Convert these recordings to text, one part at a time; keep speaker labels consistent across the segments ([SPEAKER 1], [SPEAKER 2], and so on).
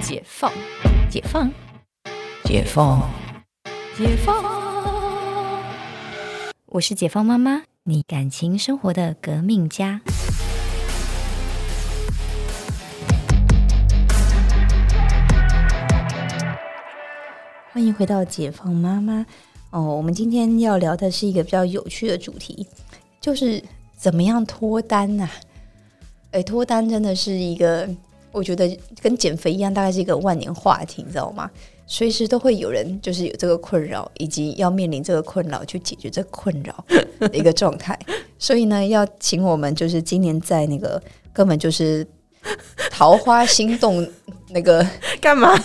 [SPEAKER 1] 解放，解放，解放，解放。
[SPEAKER 2] 我是解放妈妈，你感情生活的革命家。
[SPEAKER 3] 欢迎回到解放妈妈哦，我们今天要聊的是一个比较有趣的主题，就是怎么样脱单呐、哎，脱单真的是一个，我觉得跟减肥一样，大概是一个万年话题，你知道吗？随时都会有人就是有这个困扰，以及要面临这个困扰去解决这个困 扰的一个状态。所以呢，要请我们就是今年在那个根本就是桃花心动 那个
[SPEAKER 4] 干嘛？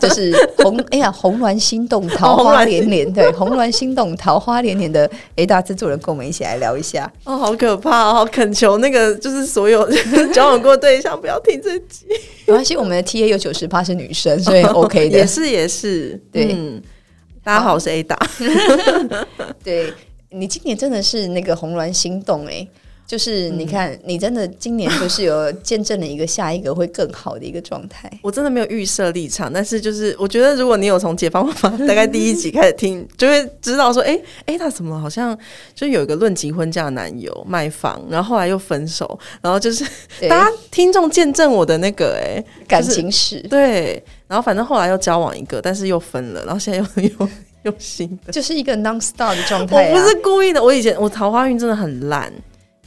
[SPEAKER 3] 就是红哎呀，红鸾心动，桃花连连，对，哦红鸾心动，桃花连连的 A 大制作人，跟我们一起来聊一下。
[SPEAKER 4] 哦，好可怕、哦！好恳求那个，就是所有 交往过对象不要听这集。
[SPEAKER 3] 没关系，我们的 TA 有九十趴是女生，所 以 OK 的。
[SPEAKER 4] 也是也是，
[SPEAKER 3] 对
[SPEAKER 4] 嗯大家好，我是 A 大。
[SPEAKER 3] 对你今年真的是那个红鸾心动哎、就是你看，你真的今年就是有见证了一个下一个会更好的一个状态。
[SPEAKER 4] 我真的没有预设立场，但是就是我觉得，如果你有从《解放妈妈》大概第一集开始听，就会知道说，哎、哎，他怎么好像就有一个论及婚嫁的男友卖房，然后后来又分手，然后就是
[SPEAKER 3] 对，
[SPEAKER 4] 大家听众见证我的那个、诶
[SPEAKER 3] 感情史
[SPEAKER 4] 对，然后反正后来又交往一个，但是又分了，然后现在又 又又新的。
[SPEAKER 3] 就是一个 non star 的状态、啊。
[SPEAKER 4] 我不是故意的，我以前我桃花运真的很烂，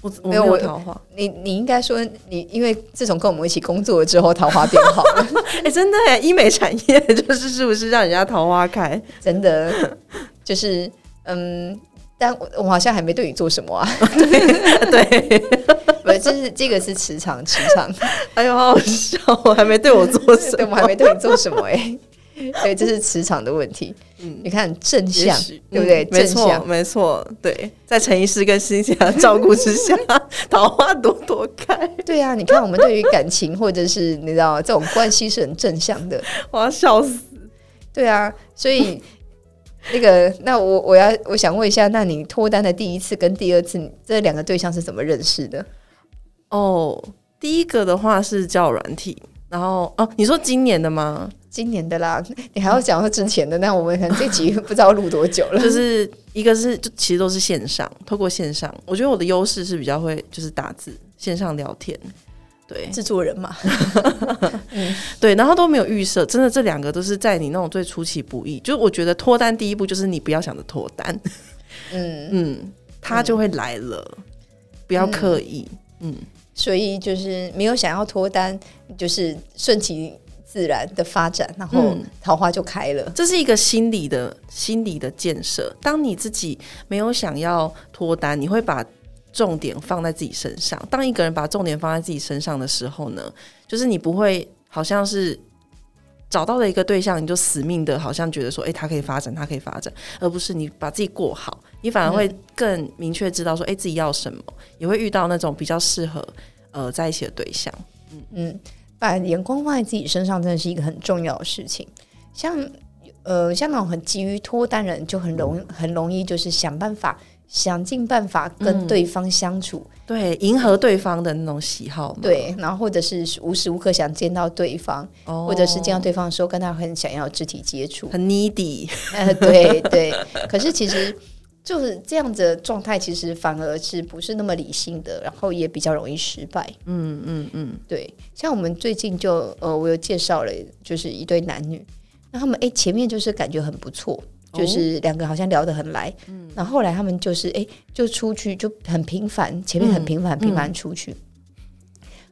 [SPEAKER 4] 我我
[SPEAKER 3] 没
[SPEAKER 4] 没
[SPEAKER 3] 有
[SPEAKER 4] 有
[SPEAKER 3] 我
[SPEAKER 4] 桃花，
[SPEAKER 3] 你，你应该说你，因为自从跟我们一起工作了之后，桃花变好了，
[SPEAKER 4] 哎、真的耶，医美产业就是是不是让人家桃花 开？
[SPEAKER 3] 真的就是嗯。但我我好像还没对你做什么啊，
[SPEAKER 4] 对，
[SPEAKER 3] 不是，这是这个是磁场，磁场，
[SPEAKER 4] 哎呦，好好笑，我还没对我做什
[SPEAKER 3] 对，我
[SPEAKER 4] 么，
[SPEAKER 3] 们还没对你做什么哎、对，这是磁场的问题。你看正
[SPEAKER 4] 嗯也
[SPEAKER 3] 向
[SPEAKER 4] 许，
[SPEAKER 3] 对不对？
[SPEAKER 4] 嗯没
[SPEAKER 3] 正
[SPEAKER 4] 错，
[SPEAKER 3] 向，
[SPEAKER 4] 没错，对，在陈医师跟新姐的照顾之 下，桃花朵朵开，
[SPEAKER 3] 对啊。你看，我们对于感情或者是你知道这种关系是很正向的，
[SPEAKER 4] 我要笑死。
[SPEAKER 3] 对啊。所以那个，那我我要我想问一下，那你脱单的第一次跟第二次你这两个对象是怎么认识的？
[SPEAKER 4] 哦，第一个的话是叫软体，然后哦、你说今年的吗？
[SPEAKER 3] 今年的啦，你还要讲到之前的，那我们可能这集 不知道录多久 了。
[SPEAKER 4] 就是一个是就其实都是线上，透过线上，我觉得我的优势是比较会就是打字线上聊天，对
[SPEAKER 3] 制作人嘛，
[SPEAKER 4] 对，然后都没有预设，真的这两个都是在你那种最出其不意，就是我觉得脱单第一步就是你不要想着脱单，
[SPEAKER 3] 嗯，
[SPEAKER 4] 嗯，他就会来了，不要刻意，嗯，
[SPEAKER 3] 所以就是没有想要脱单，就是顺其自然的发展，然后
[SPEAKER 4] 嗯
[SPEAKER 3] 桃花就开了。
[SPEAKER 4] 这是一个心理的心理的建设。当你自己没有想要脱单，你会把重点放在自己身上。当一个人把重点放在自己身上的时候呢，就是你不会好像是。找到了一个对象，你就死命的，好像觉得说，哎、他可以发展，他可以发展，而不是你把自己过好，你反而会更明确知道说，哎、自己要什么，也会遇到那种比较适合呃在一起的对象。
[SPEAKER 3] 嗯，把眼光放在自己身上，真的是一个很重要的事情。像呃，像那种很急于脱单人，就很
[SPEAKER 4] 嗯
[SPEAKER 3] 容很容易就是想办法，想尽办法跟对方相处，
[SPEAKER 4] 对，迎合对方的那种喜好嘛，
[SPEAKER 3] 对，然后或者是无时无刻想见到对方，
[SPEAKER 4] 哦，
[SPEAKER 3] 或者是见到对方的时候跟他很想要肢体接触，
[SPEAKER 4] 很 needy，
[SPEAKER 3] 呃，对对。可是其实就是这样子的状态，其实反而是不是那么理性的，然后也比较容易失败。
[SPEAKER 4] 嗯嗯嗯，
[SPEAKER 3] 对，像我们最近就呃，我有介绍了，就是一对男女，那他们诶前面就是感觉很不错，
[SPEAKER 4] 哦
[SPEAKER 3] 就是两个好像聊得很来，
[SPEAKER 4] 嗯
[SPEAKER 3] 然后后来他们就是诶就出去就很频繁，前面很
[SPEAKER 4] 嗯
[SPEAKER 3] 频繁、频繁出去，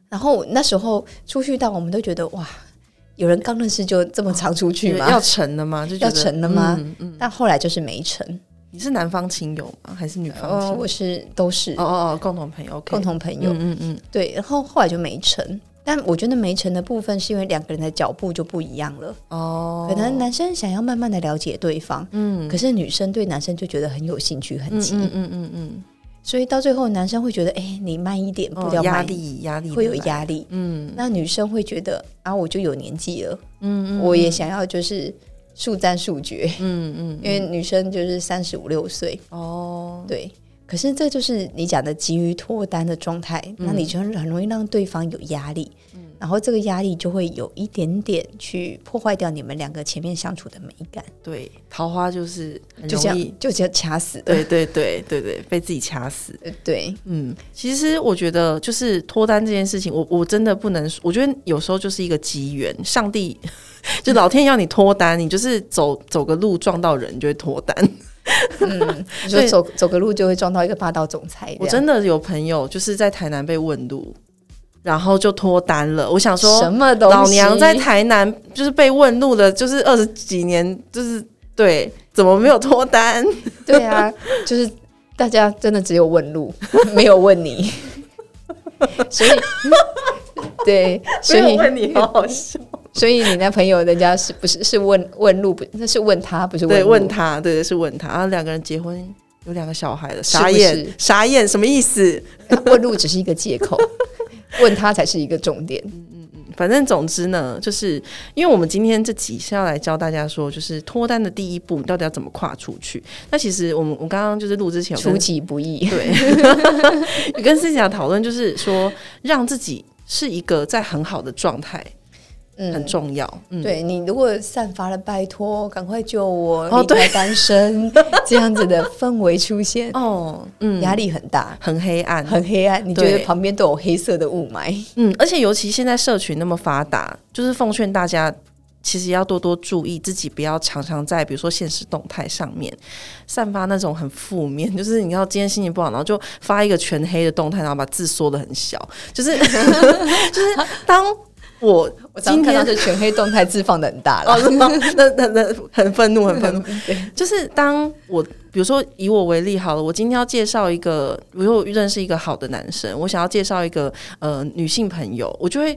[SPEAKER 3] 然后那时候出去到我们都觉得哇，有人刚认识就这么常出去
[SPEAKER 4] 对
[SPEAKER 3] 吗？
[SPEAKER 4] 要成了吗？就觉得
[SPEAKER 3] 要成了吗
[SPEAKER 4] 嗯嗯
[SPEAKER 3] 但后来就是没成，
[SPEAKER 4] 你是男方亲友吗？还是女方亲
[SPEAKER 3] 呃，
[SPEAKER 4] 友？
[SPEAKER 3] 我是都是
[SPEAKER 4] 哦哦哦，共同朋友，OK，
[SPEAKER 3] 共同朋友，
[SPEAKER 4] 嗯嗯嗯，
[SPEAKER 3] 对，然后后来就没成。但我觉得没成的部分是因为两个人的脚步就不一样了。
[SPEAKER 4] 哦，
[SPEAKER 3] 可能男生想要慢慢的了解对方，
[SPEAKER 4] 嗯，
[SPEAKER 3] 可是女生对男生就觉得很有兴趣、很
[SPEAKER 4] 嗯
[SPEAKER 3] 急，
[SPEAKER 4] 嗯嗯嗯嗯
[SPEAKER 3] 所以到最后男生会觉得，哎、你慢一点，
[SPEAKER 4] 嗯，
[SPEAKER 3] 步
[SPEAKER 4] 哦
[SPEAKER 3] 调
[SPEAKER 4] 压
[SPEAKER 3] 慢一点，
[SPEAKER 4] 力压力
[SPEAKER 3] 会有
[SPEAKER 4] 的来，
[SPEAKER 3] 压力。
[SPEAKER 4] 嗯
[SPEAKER 3] 那女生会觉得，啊，我就有年纪了，
[SPEAKER 4] 嗯嗯
[SPEAKER 3] 我也想要就是速战速决，
[SPEAKER 4] 嗯嗯，
[SPEAKER 3] 因为女生就是三十五六岁，
[SPEAKER 4] 哦，
[SPEAKER 3] 对。可是
[SPEAKER 4] 嗯
[SPEAKER 3] 这就是你讲的急于脱单的状态，那你就很容易让对方有压力。然后这个压力就会有一点点去破坏掉你们两个前面相处的美感，
[SPEAKER 4] 对，桃花就是很
[SPEAKER 3] 就这
[SPEAKER 4] 容易
[SPEAKER 3] 样，就这样掐死的。
[SPEAKER 4] 对对对对对，被自己掐死。
[SPEAKER 3] 对 对，
[SPEAKER 4] 嗯，其实我觉得就是脱单这件事情，我我真的不能说，我觉得有时候就是一个机缘，上帝就老天要你脱单，你就是走走个路撞到人你就会脱单。
[SPEAKER 3] 嗯，你说
[SPEAKER 4] 对
[SPEAKER 3] 走走个路就会撞到一个霸道总裁，
[SPEAKER 4] 我真的有朋友就是在台南被问路，然后就脱单了。我想
[SPEAKER 3] 说
[SPEAKER 4] 说
[SPEAKER 3] 什，么东西，
[SPEAKER 4] 老娘在台南就是被问路的，就是二十几年，就是对，怎么没有脱单？
[SPEAKER 3] 对啊，就是大家真的只有问路， 没有问你， 所以 对， 所
[SPEAKER 4] 没有
[SPEAKER 3] 以
[SPEAKER 4] 问你哦好好笑。
[SPEAKER 3] 所以你那朋友人家是不是是问问路不？那是问他不是问
[SPEAKER 4] 对，
[SPEAKER 3] 路
[SPEAKER 4] 问他，对，是问他。然后两个人结婚有两个小孩了，
[SPEAKER 3] 是不
[SPEAKER 4] 傻眼，
[SPEAKER 3] 是
[SPEAKER 4] 傻眼，什么意思？
[SPEAKER 3] 问路只是一个 借口，问他才是一个重点。
[SPEAKER 4] 反正总之呢，就是因为我们今天这集是要来教大家说，就是脱单的第一步，你到底要怎么跨出去？那其实我们我刚刚就是录之前有跟
[SPEAKER 3] 出其不意，
[SPEAKER 4] 对， 跟思想讨论就是说，让自己是一个在很好的状态很
[SPEAKER 3] 嗯，
[SPEAKER 4] 重要。嗯，
[SPEAKER 3] 对你如果散发了拜托，赶快救我，
[SPEAKER 4] 哦
[SPEAKER 3] 离开 单身这样子的氛围出现，
[SPEAKER 4] 哦，嗯，
[SPEAKER 3] 压力很大，
[SPEAKER 4] 很黑暗，
[SPEAKER 3] 很黑暗，你觉得
[SPEAKER 4] 对
[SPEAKER 3] 旁边都有黑色的雾霾，
[SPEAKER 4] 嗯，而且尤其现在社群那么发达，就是奉劝大家，其实要多多注意自己，不要常常在比如说现实动态上面散发那种很负面，就是你要今天心情不好，然后就发一个全黑的动态，然后把字缩的很小，就是 就是当我
[SPEAKER 3] 我常
[SPEAKER 4] 今
[SPEAKER 3] 常
[SPEAKER 4] 天
[SPEAKER 3] 看到这全黑动态字放的很大
[SPEAKER 4] 哦，
[SPEAKER 3] 了，
[SPEAKER 4] 是吗？那那那很愤怒，很愤怒。就是当我比如说以我为例好了，我今天要介绍一个，比如说我认识一个好的男生，我想要介绍一个呃女性朋友，我就会。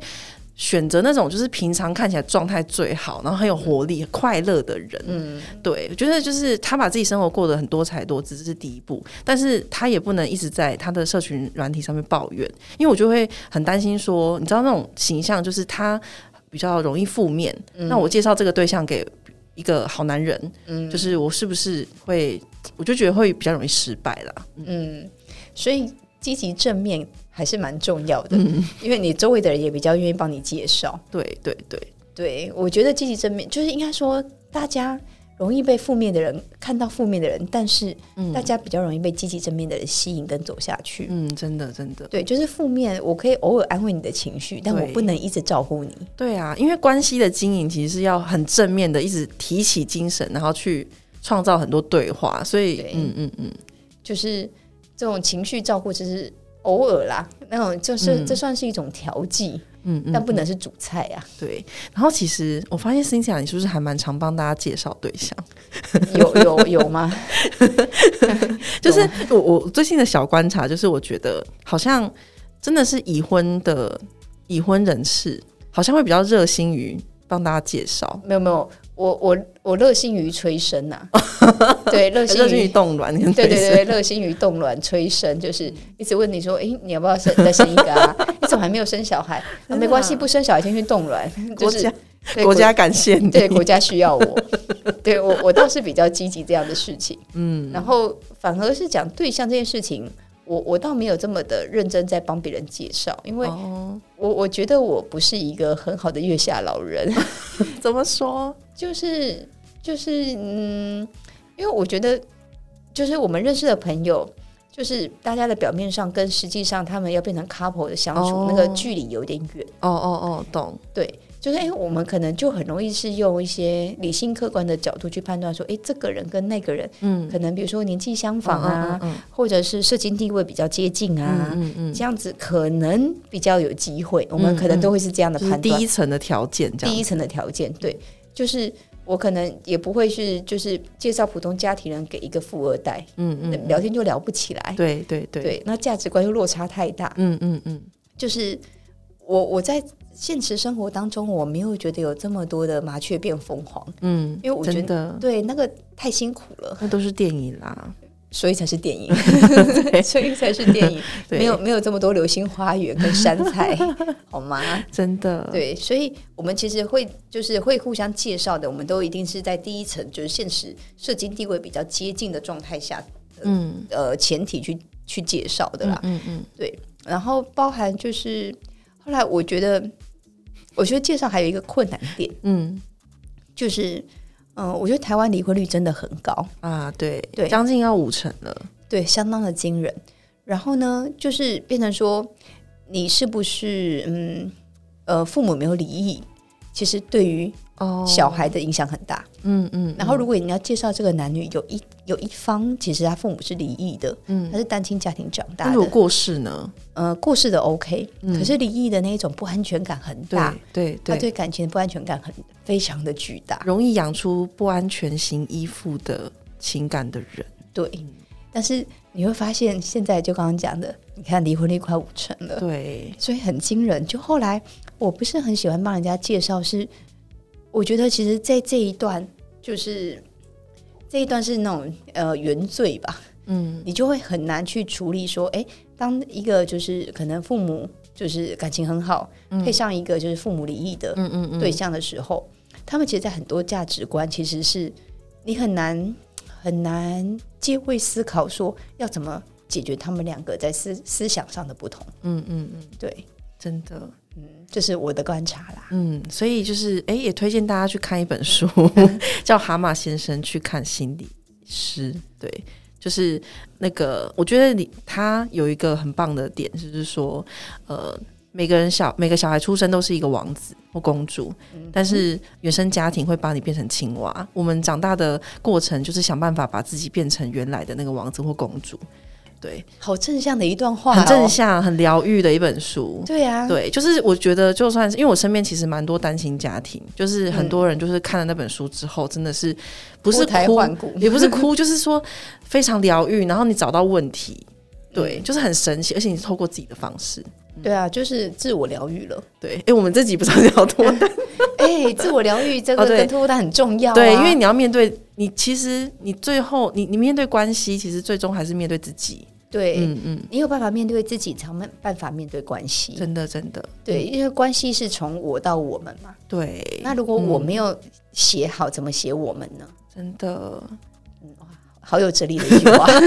[SPEAKER 4] 选择那种就是平常看起来状态最好，然后很有活力、很快乐的人，嗯，对，我觉得就是他把自己生活过得很多彩多姿，这是第一步。但是他也不能一直在他的社群软体上面抱怨，因为我就会很担心说，你知道那种形象就是他比较容易负面。那我介绍这个对象给一个好男人，就是我是不是会，我就觉得会比较容易失败啦。
[SPEAKER 3] 嗯，所以积极正面还是蛮重要的，
[SPEAKER 4] 嗯
[SPEAKER 3] 因为你周围的人也比较愿意帮你介绍。
[SPEAKER 4] 对对对，
[SPEAKER 3] 对，我觉得积极正面就是应该说，大家容易被负面的人看到负面的人，但是大家比较容易被积极正面的人吸引跟走下去。
[SPEAKER 4] 嗯，真的真的，
[SPEAKER 3] 对，就是负面，我可以偶尔安慰你的情绪，但我
[SPEAKER 4] 对
[SPEAKER 3] 不能一直照顾你。
[SPEAKER 4] 对啊，因为关系的经营其实是要很正面的，一直提起精神，然后去创造很多对话，所以
[SPEAKER 3] 对
[SPEAKER 4] 嗯嗯嗯，
[SPEAKER 3] 就是这种情绪照顾，只是偶尔啦，那种就是、
[SPEAKER 4] 嗯
[SPEAKER 3] 这算是一种调剂，
[SPEAKER 4] 嗯嗯，
[SPEAKER 3] 但不能是主菜啊。
[SPEAKER 4] 对。然后其实我发现 c y n t h i a 你是不是还蛮常帮大家介绍对象？
[SPEAKER 3] 有有有吗？
[SPEAKER 4] 就是我我最近的小观察，就是我觉得好像真的是已婚的已婚人士，好像会比较热心于帮大家介绍，
[SPEAKER 3] 没有没有，我我我热心于催生呐、 对，热 心
[SPEAKER 4] 热心于
[SPEAKER 3] 于。
[SPEAKER 4] 冻卵跟
[SPEAKER 3] 对
[SPEAKER 4] 推
[SPEAKER 3] 对
[SPEAKER 4] 生
[SPEAKER 3] 对，热心于冻卵催生，
[SPEAKER 4] 嗯
[SPEAKER 3] 就是一直问你说，诶，你要不要生再生一个啊？你怎么还没有生小孩？啊没关系，不生小孩先去冻卵，就
[SPEAKER 4] 国
[SPEAKER 3] 是
[SPEAKER 4] 家
[SPEAKER 3] 对
[SPEAKER 4] 国家感谢你，
[SPEAKER 3] 对国家需要 我，对我我倒是比较积极这样的事情，嗯，然后反而是讲对象这件事情，我我倒没有这么的认真在帮别人介绍，因为
[SPEAKER 4] 哦，
[SPEAKER 3] 我我觉得我不是一个很好的月下老人，
[SPEAKER 4] 怎么说？
[SPEAKER 3] 就是就是嗯，因为我觉得，就是我们认识的朋友，就是大家的表面上跟实际上他们要变成 couple 的相处，
[SPEAKER 4] 哦
[SPEAKER 3] 那个距离有点远。
[SPEAKER 4] 哦哦哦，懂，
[SPEAKER 3] 对，就是哎、诶我们可能就很容易是用一些理性客观的角度去判断说，哎、这个人跟那个人，
[SPEAKER 4] 嗯，
[SPEAKER 3] 可能比如说年纪相仿啊，
[SPEAKER 4] 嗯
[SPEAKER 3] 或者是社经地位比较接近啊。
[SPEAKER 4] 嗯嗯，
[SPEAKER 3] 这样子可能比较有机会，我们
[SPEAKER 4] 嗯
[SPEAKER 3] 可能都会是这样的
[SPEAKER 4] 就是
[SPEAKER 3] 判断。
[SPEAKER 4] 第一层的条件这样，
[SPEAKER 3] 第一层的条件，对，就是我可能也不会是就是介绍普通家庭人给一个富二代，
[SPEAKER 4] 嗯嗯，嗯
[SPEAKER 3] 聊天就聊不起来，
[SPEAKER 4] 对对对，
[SPEAKER 3] 对，那价值观又落差太大，
[SPEAKER 4] 嗯嗯嗯，
[SPEAKER 3] 就是我我在现实生活当中，我没有觉得有这么多的麻雀变凤凰，
[SPEAKER 4] 嗯，
[SPEAKER 3] 因为我觉
[SPEAKER 4] 真
[SPEAKER 3] 得
[SPEAKER 4] 的
[SPEAKER 3] 对那个太辛苦了，
[SPEAKER 4] 那都是电影啦，
[SPEAKER 3] 所以才是 电影， 所以才是电影，
[SPEAKER 4] 对
[SPEAKER 3] 没有没有这么多流星花园跟山菜， 好吗？
[SPEAKER 4] 真的，
[SPEAKER 3] 对，所以我们其实会就是会互相介绍的，我们都一定是在第一层，就是现实社经地位比较接近的状态下，
[SPEAKER 4] 嗯，
[SPEAKER 3] 呃，前提去去介绍的
[SPEAKER 4] 嗯
[SPEAKER 3] 啦。
[SPEAKER 4] 嗯嗯
[SPEAKER 3] 然后包含就是后来我觉得我觉得介绍还有一个困难点，
[SPEAKER 4] 嗯
[SPEAKER 3] 就是，嗯、我觉得台湾离婚率真的很高，
[SPEAKER 4] 啊，对
[SPEAKER 3] 对
[SPEAKER 4] 将近要五成了，
[SPEAKER 3] 对，相当的惊人。然后呢，就是变成说，你是不是嗯呃父母没有离异，其实对于
[SPEAKER 4] 哦
[SPEAKER 3] 小，孩的影响很大。
[SPEAKER 4] 嗯嗯，
[SPEAKER 3] 然后如果你要介绍这个男女，有一有一方其实他父母是离异的，
[SPEAKER 4] 嗯
[SPEAKER 3] 他是单亲家庭长
[SPEAKER 4] 那
[SPEAKER 3] 大
[SPEAKER 4] 如果
[SPEAKER 3] 的，
[SPEAKER 4] 过世呢？
[SPEAKER 3] 呃，过世的 OK，、
[SPEAKER 4] 嗯
[SPEAKER 3] 可是离异的那一种不安全感很
[SPEAKER 4] 对
[SPEAKER 3] 大，
[SPEAKER 4] 对
[SPEAKER 3] 他
[SPEAKER 4] 对，
[SPEAKER 3] 对感情的不安全感很非常的巨大。
[SPEAKER 4] 容易养出不安全型依附的情感的人，
[SPEAKER 3] 对，但是你会发现，现在就刚刚讲的，你看离婚率快五成了，
[SPEAKER 4] 对，
[SPEAKER 3] 所以很惊人。就后来我不是很喜欢帮人家介绍，是我觉得其实，在这一段就是这一段是那种呃原罪吧，
[SPEAKER 4] 嗯
[SPEAKER 3] 你就会很难去处理说，哎，当一个就是可能父母就是感情很好，配上一个就是父母离异的
[SPEAKER 4] 嗯嗯嗯，
[SPEAKER 3] 对象的时候，他们其实，在很多价值观其实是你很难很难借位思考，说要怎么解决他们两个在思思想上的不同。
[SPEAKER 4] 嗯嗯嗯，
[SPEAKER 3] 对，
[SPEAKER 4] 真的，
[SPEAKER 3] 这是我的观察啦。
[SPEAKER 4] 嗯，所以就是，哎，也推荐大家去看一本书，叫《蛤蟆先生去看心理师》。对，就是那个，我觉得你他有一个很棒的点，就是说，呃，每个人小每个小孩出生都是一个王子或公主，但是原生家庭会把你变成青蛙。我们长大的过程就是想办法把自己变成原来的那个王子或公主。对，
[SPEAKER 3] 好正向的一段话、哦，
[SPEAKER 4] 很正。向、很疗愈的一本书。
[SPEAKER 3] 对啊，
[SPEAKER 4] 对，就是我觉得，就算是因为我身边其实蛮多单亲家庭，就是很多人就是看了那本书之后，真的是不是
[SPEAKER 3] 脱胎
[SPEAKER 4] 哭，
[SPEAKER 3] 换骨
[SPEAKER 4] 也不是哭，就是说非常疗愈，然后你找到问题，对，就是很神奇，而且你是透过自己的方式，
[SPEAKER 3] 对啊，就是自我疗 愈了。
[SPEAKER 4] 对，哎、我们这集不是聊多大，
[SPEAKER 3] 哎、自我疗愈这
[SPEAKER 4] 哦
[SPEAKER 3] 个
[SPEAKER 4] 对
[SPEAKER 3] 跟脱单很重要、啊
[SPEAKER 4] 对，因为你要面对你，其实你最后你你面对关系，其实最终还是面对自己，
[SPEAKER 3] 对、
[SPEAKER 4] 嗯嗯，
[SPEAKER 3] 你有办法面对自己，才有办法面对关系。
[SPEAKER 4] 真的真的，
[SPEAKER 3] 对，因为关系是从我到我们嘛。
[SPEAKER 4] 对，
[SPEAKER 3] 那如果我
[SPEAKER 4] 嗯
[SPEAKER 3] 没有写好，怎么写我们呢？
[SPEAKER 4] 真的，
[SPEAKER 3] 好有哲理的一句话，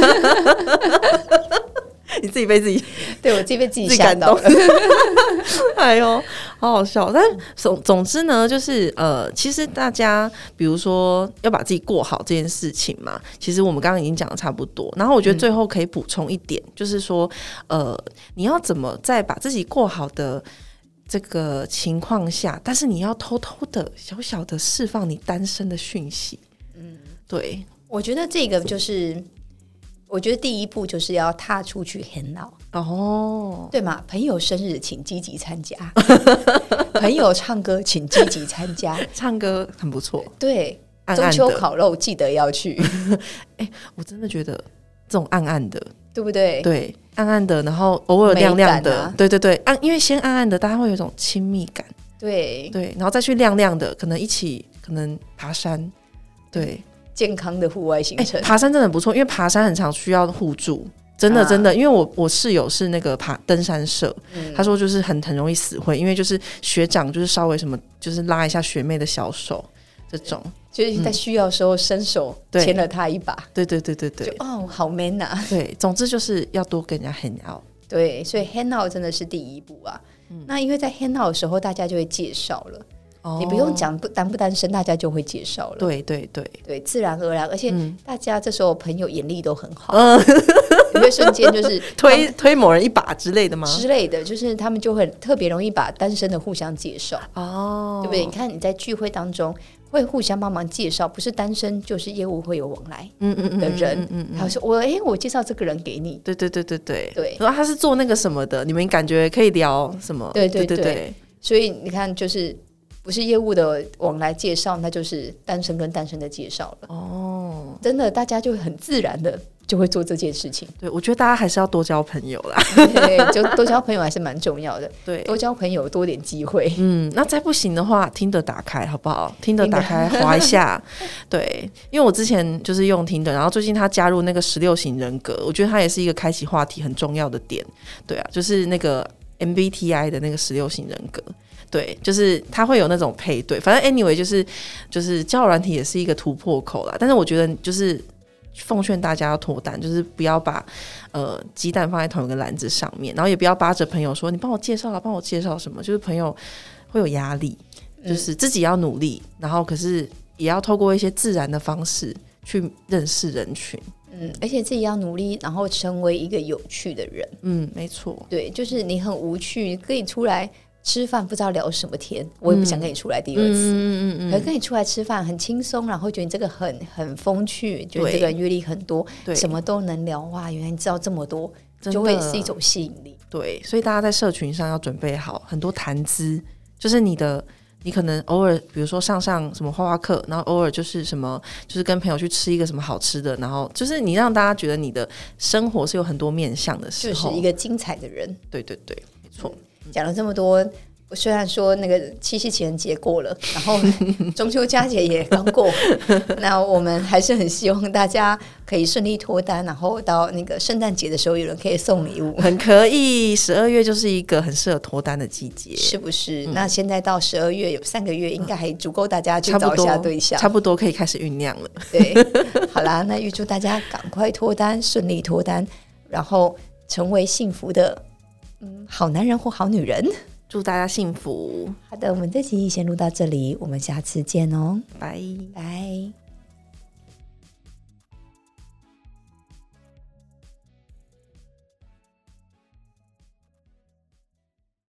[SPEAKER 4] 你自己被自己
[SPEAKER 3] 对我自己被自己
[SPEAKER 4] 自己
[SPEAKER 3] 吓
[SPEAKER 4] 感
[SPEAKER 3] 到
[SPEAKER 4] 动
[SPEAKER 3] 了。
[SPEAKER 4] 哎呦，好好笑！但总总之呢，就是呃，其实大家比如说要把自己过好这件事情嘛，其实我们刚刚已经讲的差不多。然后我觉得
[SPEAKER 3] 嗯
[SPEAKER 4] 最后可以补充一点，就是说呃，你要怎么在把自己过好的。这个情况下，但是你要偷偷的、小小的释放你单身的讯息。嗯，对，
[SPEAKER 3] 我觉得这个就是，我觉得第一步就是要踏出去 hang out，
[SPEAKER 4] 哦，
[SPEAKER 3] 对吗？朋友生日请积极 参加，朋友唱歌请积极参加，
[SPEAKER 4] 唱歌很不错，
[SPEAKER 3] 对。
[SPEAKER 4] 暗
[SPEAKER 3] 中
[SPEAKER 4] 暗
[SPEAKER 3] 秋
[SPEAKER 4] 的，
[SPEAKER 3] 烤肉记得要去，
[SPEAKER 4] 我真的觉得这种暗暗的，
[SPEAKER 3] 对不对？
[SPEAKER 4] 对，暗暗的，然后偶尔亮亮
[SPEAKER 3] 美
[SPEAKER 4] 的，
[SPEAKER 3] 感啊
[SPEAKER 4] 对对对，暗，因为先暗暗的，大家会有一种亲密感，
[SPEAKER 3] 对，
[SPEAKER 4] 对，然后再去亮亮的，可能一起，可能爬山，
[SPEAKER 3] 嗯
[SPEAKER 4] 对，
[SPEAKER 3] 健康的户外行
[SPEAKER 4] 哎、
[SPEAKER 3] 程，
[SPEAKER 4] 爬山真的很不错，因为爬山很常需要互助。真的，
[SPEAKER 3] 啊
[SPEAKER 4] 真的，因为我我室友是那个爬登山社，
[SPEAKER 3] 嗯
[SPEAKER 4] 他说就是很很容易死会，因为就是学长就是稍微什么，就是拉一下学妹的小手这种，
[SPEAKER 3] 就是在需要的时候伸手
[SPEAKER 4] 对
[SPEAKER 3] 牵了他一把，
[SPEAKER 4] 对对对对
[SPEAKER 3] 就
[SPEAKER 4] 对
[SPEAKER 3] 哦，好 man 呐、
[SPEAKER 4] 对，总之就是要多跟人家 hang out，
[SPEAKER 3] 对，所以 hang out 真的是第一步啊。那因为在 hang out 的时候，大家就会介绍了，你不用
[SPEAKER 4] 嗯哦，
[SPEAKER 3] 讲不单不单身，大家就会介绍了。
[SPEAKER 4] 对对对，
[SPEAKER 3] 对自然而然，而且
[SPEAKER 4] 嗯
[SPEAKER 3] 大家这时候朋友眼力都很好，
[SPEAKER 4] 嗯，
[SPEAKER 3] 你会瞬间就是
[SPEAKER 4] 推推某人一把之类的吗？
[SPEAKER 3] 之类的，就是他们就会特别容易把单身的互相介绍，
[SPEAKER 4] 哦，
[SPEAKER 3] 对不对？你看你在聚会当中会互相帮忙介绍，不是单身就是业务会有往来
[SPEAKER 4] 嗯嗯嗯
[SPEAKER 3] 的人
[SPEAKER 4] 嗯嗯嗯，
[SPEAKER 3] 他说我诶，我介绍这个人给你，
[SPEAKER 4] 对对对对对
[SPEAKER 3] 对
[SPEAKER 4] 然后他是做那个什么的，你们感觉可以聊什么？
[SPEAKER 3] 对
[SPEAKER 4] 对
[SPEAKER 3] 对
[SPEAKER 4] 对
[SPEAKER 3] 对所以你看就是。不是业务的往来介绍，那就是单身跟单身的介绍了。
[SPEAKER 4] 哦，
[SPEAKER 3] 真的，大家就很自然的就会做这件事 情。
[SPEAKER 4] 对，我觉得大家还是要多交朋友啦。
[SPEAKER 3] 对，就多交朋友还是蛮重要的，
[SPEAKER 4] 对，
[SPEAKER 3] 多交朋友多点机会。
[SPEAKER 4] 嗯，那再不行的话，听的打开好不好？听的打开划一下，对，因为我之前就是用听的，然后最近他加入那个十六型人格，我觉得他也是一个开启话题很重要的点。对啊，就是那个 MBTI 的那个十六型人格。对，就是他会有那种配对，反正 anyway 就是就是交友软体也是一个突破口啦。但是我觉得就是奉劝大家要脱单，就是不要把呃鸡蛋放在同一个篮子上面，然后也不要扒着朋友说你帮我介绍啊，帮我介绍什么，就是朋友会有压力，就
[SPEAKER 3] 嗯
[SPEAKER 4] 是自己要努力，然后可是也要透过一些自然的方式去认识人群。
[SPEAKER 3] 嗯，而且自己要努力，然后成为一个有趣的人。
[SPEAKER 4] 嗯，没错，
[SPEAKER 3] 对，就是你很无趣，跟你出来吃饭不知道聊什么天，我也不想跟你出来第二次。
[SPEAKER 4] 嗯嗯
[SPEAKER 3] 可是跟你出来吃饭很轻松，然后觉得你这个很很风趣，觉得
[SPEAKER 4] 对
[SPEAKER 3] 这个人阅历很多，
[SPEAKER 4] 对，
[SPEAKER 3] 什么都能聊哇！原来你知道这么多，
[SPEAKER 4] 真的
[SPEAKER 3] 就会是一种吸引力。
[SPEAKER 4] 对，所以大家在社群上要准备好很多谈资，就是你的，你可能偶尔，比如说上上什么画画课，然后偶尔就是什么，就是跟朋友去吃一个什么好吃的，然后就是你让大家觉得你的生活是有很多面向的时
[SPEAKER 3] 就
[SPEAKER 4] 候，
[SPEAKER 3] 是一个精彩的人。
[SPEAKER 4] 对对对，没错，
[SPEAKER 3] 讲了这么多，我虽然说那个七夕情人节过了，然后 中秋佳节也刚过， 那我们还是很希望大家可以顺利脱单，然后到那个圣诞节的时候，有人可以送礼物。
[SPEAKER 4] 很可以。十二月就是一个很适合脱单的季节，
[SPEAKER 3] 是不是？
[SPEAKER 4] 嗯
[SPEAKER 3] 那现在到十二月有三个月，应该还足够大家去
[SPEAKER 4] 差
[SPEAKER 3] 找
[SPEAKER 4] 不
[SPEAKER 3] 一下
[SPEAKER 4] 多
[SPEAKER 3] 对象
[SPEAKER 4] 差。不多可以开始酝酿了。
[SPEAKER 3] 对，好啦，那预祝大家赶快脱单，顺利脱单，然后成为幸福的嗯好男人或好女人。
[SPEAKER 4] 祝大家幸福，
[SPEAKER 3] 好的，我们这期先录到这里，我们下次见哦，
[SPEAKER 4] 拜。
[SPEAKER 3] 拜。